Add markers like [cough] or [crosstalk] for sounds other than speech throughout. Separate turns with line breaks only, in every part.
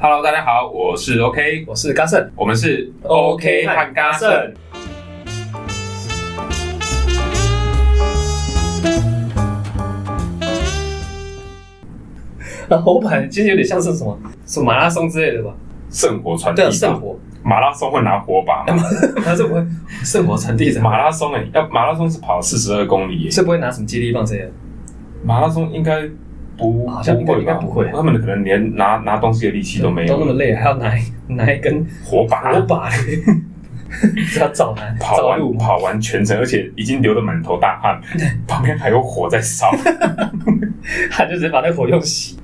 Hello，大家好，我是 OK，
我是嘉盛。
我们是
OK 和
嘎
嘉
盛
盛。啊，我本来今天有点像是什么什么马拉松之类的吧？
圣火传递
对
嘛
啊，圣火， [laughs]
马拉松会拿火把吗？
他是不会圣火传递者，
马拉松哎、要马拉松是跑四十二公里耶、
是不会拿什么接力棒之类的。
马拉松应该不
好像
不会吧
应该不会
他们可能连拿拿东西的力气都没有，
都那么累，还要拿一拿一根
火把。
火把， [laughs] 只要找难
跑
找
完
路 [laughs] 嘛。
跑完全程，而且已经流得满头大汗，旁边还有火在
[laughs]
烧，
他就直接把那火用熄。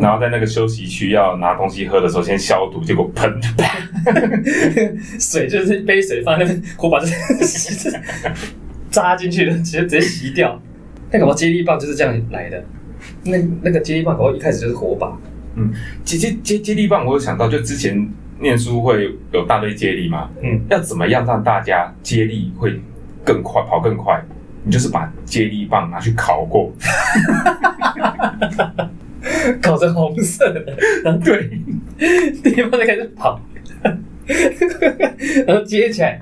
然后在那个休息区要拿东西喝的时候先消毒，结果喷，
[laughs] 水就是一杯水放在那边，火把就是 [laughs] 扎进去的，直接直接洗掉。那搞不好接力棒就是这样来的。那那个接力棒搞不好一开始就是火把，
嗯接接接接力棒，我有想到，就之前念书会有大队接力嘛，
嗯，
要怎么样让大家接力会更快，跑更快？你就是把接力棒拿去烤过， [laughs]
搞成红色的，然后
对，
[laughs] 接力棒就开始跑，然后接起来，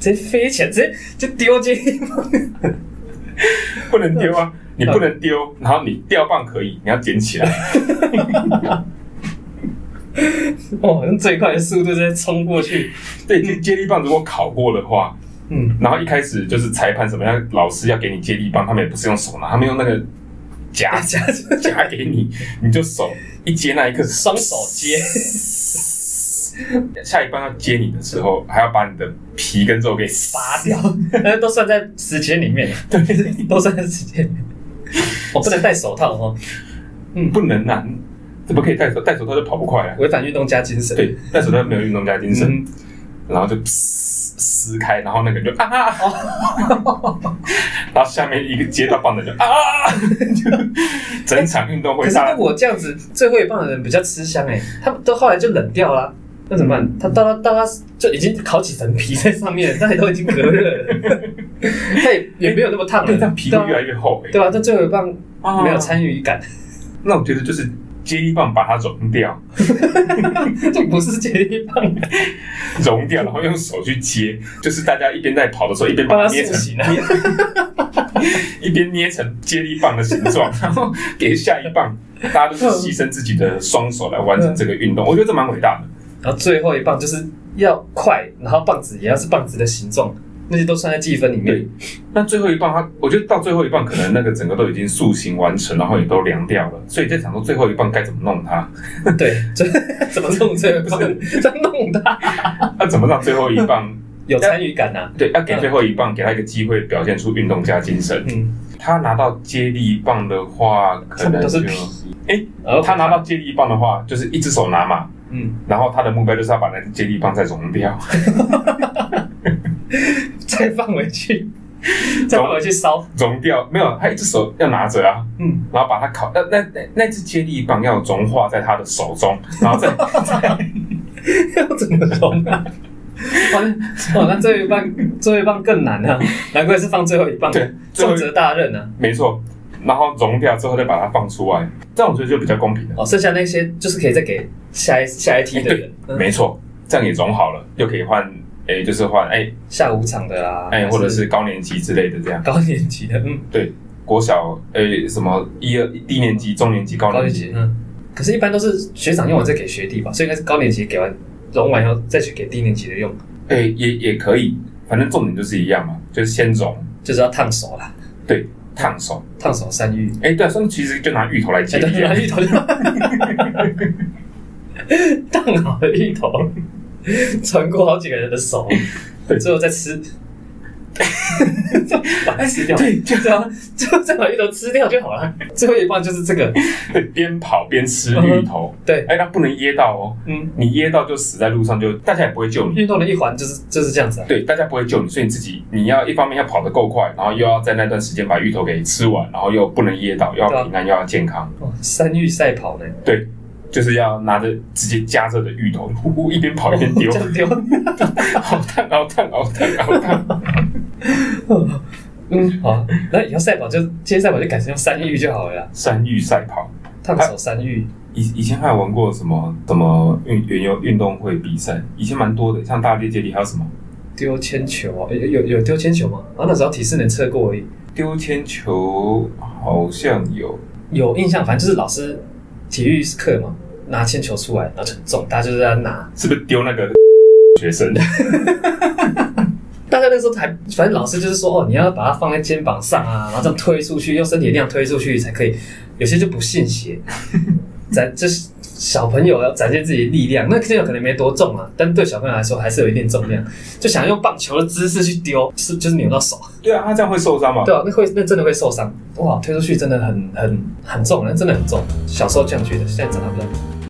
直接飞起来，直接就丢接力棒。
不能丢啊，你不能丢，然后你吊棒可以，你要捡起来， [laughs]
哦，用最快的速度直接冲过去。
对，接接力棒如果烤过的话，
嗯，
然后一开始就是裁判什么样，老师要给你接力棒，他们也不是用手拿，他们用那个夹
大 [laughs] 家
夹给你，你就手一接那一刻，
双手 [laughs] 接。
下一棒要接你的时候，还要把你的皮跟肉给
拔掉，那都算在时间里面，对，都算在时间里面。我不能戴手套哦，
不能啊，怎么可以戴手戴手套就跑不快啊？
违反运动家精神。，
对，戴手套没有运动家精神，
嗯，
然后就撕撕开，然后那个人就啊啊，啊
哦
[laughs] 然后下面一个接到棒的就啊啊，啊 [laughs] 就整场运动
可
会
是
上
那我这样子最后一棒的人比较吃香哎，他们都后来就冷掉啦。那怎么
嗯
办？他到他到他就已经烤起层皮在上面，那里都已经隔热了，他也也没有那么烫了，
对，但嗯皮会越来越厚、欸，
对哦吧？但最后一棒
啊
没有参与感， [laughs]
那我觉得就是接力棒把它融掉，
就不是接力棒，
哦融掉，然后用手去接，就是大家一边在跑的时候，一边
帮
把
他
它捏
塑
成，
形啊。
一边捏成接力棒的形状，然后给下一棒。大家都是牺牲自己的双手来完成这个运动，我觉得这蛮伟大的。
然后最后一棒就是要快，然后棒子也要是棒子的形状，那些都算在计分里面
对。那最后一棒它，我觉得到最后一棒，可能那个整个都已经塑形完成，然后也都凉掉了，所以在想说最后一棒该怎么弄它，
对，就 [laughs] 怎么弄
[laughs]
这个棒，在弄它
要、啊怎么让最后一棒，
有参与感呐、啊。
对，要给最后一棒给他一个机会表现出运动家精神。
嗯，
他拿到接力棒的话，可
上面
能就
都
是
皮。
诶
然后
他拿到，接力棒的话，就是一只手拿嘛，
嗯， [laughs]
然后他的目标就是要把那只接力棒再融掉， [laughs]
再放回
[laughs]
去，再放回去烧。
融掉没有，他一只手要拿着啊，
嗯， [laughs]
然后把它烤，那那那那只接力棒要融化在他的手中，然后再
要怎么弄啊？哇，那哇，那最后一棒， [laughs] 最后一棒更难啊！难怪是放最后一棒，
对最后
重
一
责大任啊！
没错，然后融掉之后再把它放出来，这样我觉得就比较公平了。
哦，剩下那些就是可以再给下一下一梯的人，嗯
哎没错，这样也融好了，又可以换，诶，就是换，哎
下午场的啦，
哎，或者是高年级之类的这样。
高年级的，嗯，
国小，诶，什么一二低年级、中年级、高
高
年
年
级
级，，嗯。可是，一般都是学长用完再给学弟吧，所以应该是高年级给完融完以后再去给低年级的用，
诶，也也可以，反正重点就是一样嘛，就是先融，
就是要烫手啦，
对，烫手。
烫手山芋。
哎，对、啊，所以其实就拿芋头来接
哎，对，
力啊 [laughs]
拿，芋头就，烫好的芋头，穿过好几个人的手
对，
最后再
[laughs]
吃，把它吃掉，
对
就这样，就再把芋头吃掉就好了。最后一棒就是这个，
对，边跑边吃芋头。
嗯对，
哎，那不能噎到哦，
嗯，
你噎到就死在路上，就大家也不会救你。
运动的一环就是就是这样子啊。
对，大家不会救你，所以你自己你要一方面要跑得够快，然后又要在那段时间把芋头给吃完，然后又不能噎到，又
对
要
啊
平安，又要健康，
哦，山芋赛跑呢？
对，就是要拿着直接夹着的芋头，呼呼一边跑一边丢
[laughs] 这，样丢。
好烫，好烫，好烫，好
[laughs]
烫。
嗯，好，那以后赛跑就今天赛跑就改成用山芋就好了啦，
山芋赛跑，
烫手山芋。
以以前还有玩过什么什么运原游运动会比赛，以前蛮多的，像大力接力还有什么
丢铅球啊，诶有有有丢铅球吗？啊，那时候体适能测过而已，
丢铅球，好像有，
有印象，反正就是老师体育课嘛，拿铅球出来，然后就很重，大家就在那拿。
是不是丢那个学生？ [laughs]
大家那时候还，反正老师就是说，哦，你要把它放在肩膀上啊，然后这样推出去，用身体的力量推出去才可以。有些就不信邪，展就是小朋友要展现自己的力量，那铅球可能没多重啊，但对小朋友来说还是有一定重量，就想用棒球的姿势去丢，是就是扭到手。
对啊，他这样会受伤嘛？
对啊，那会那真的会受伤。哇，推出去真的很很很重，那真的很重。小时候这样觉得，现在长大不知道。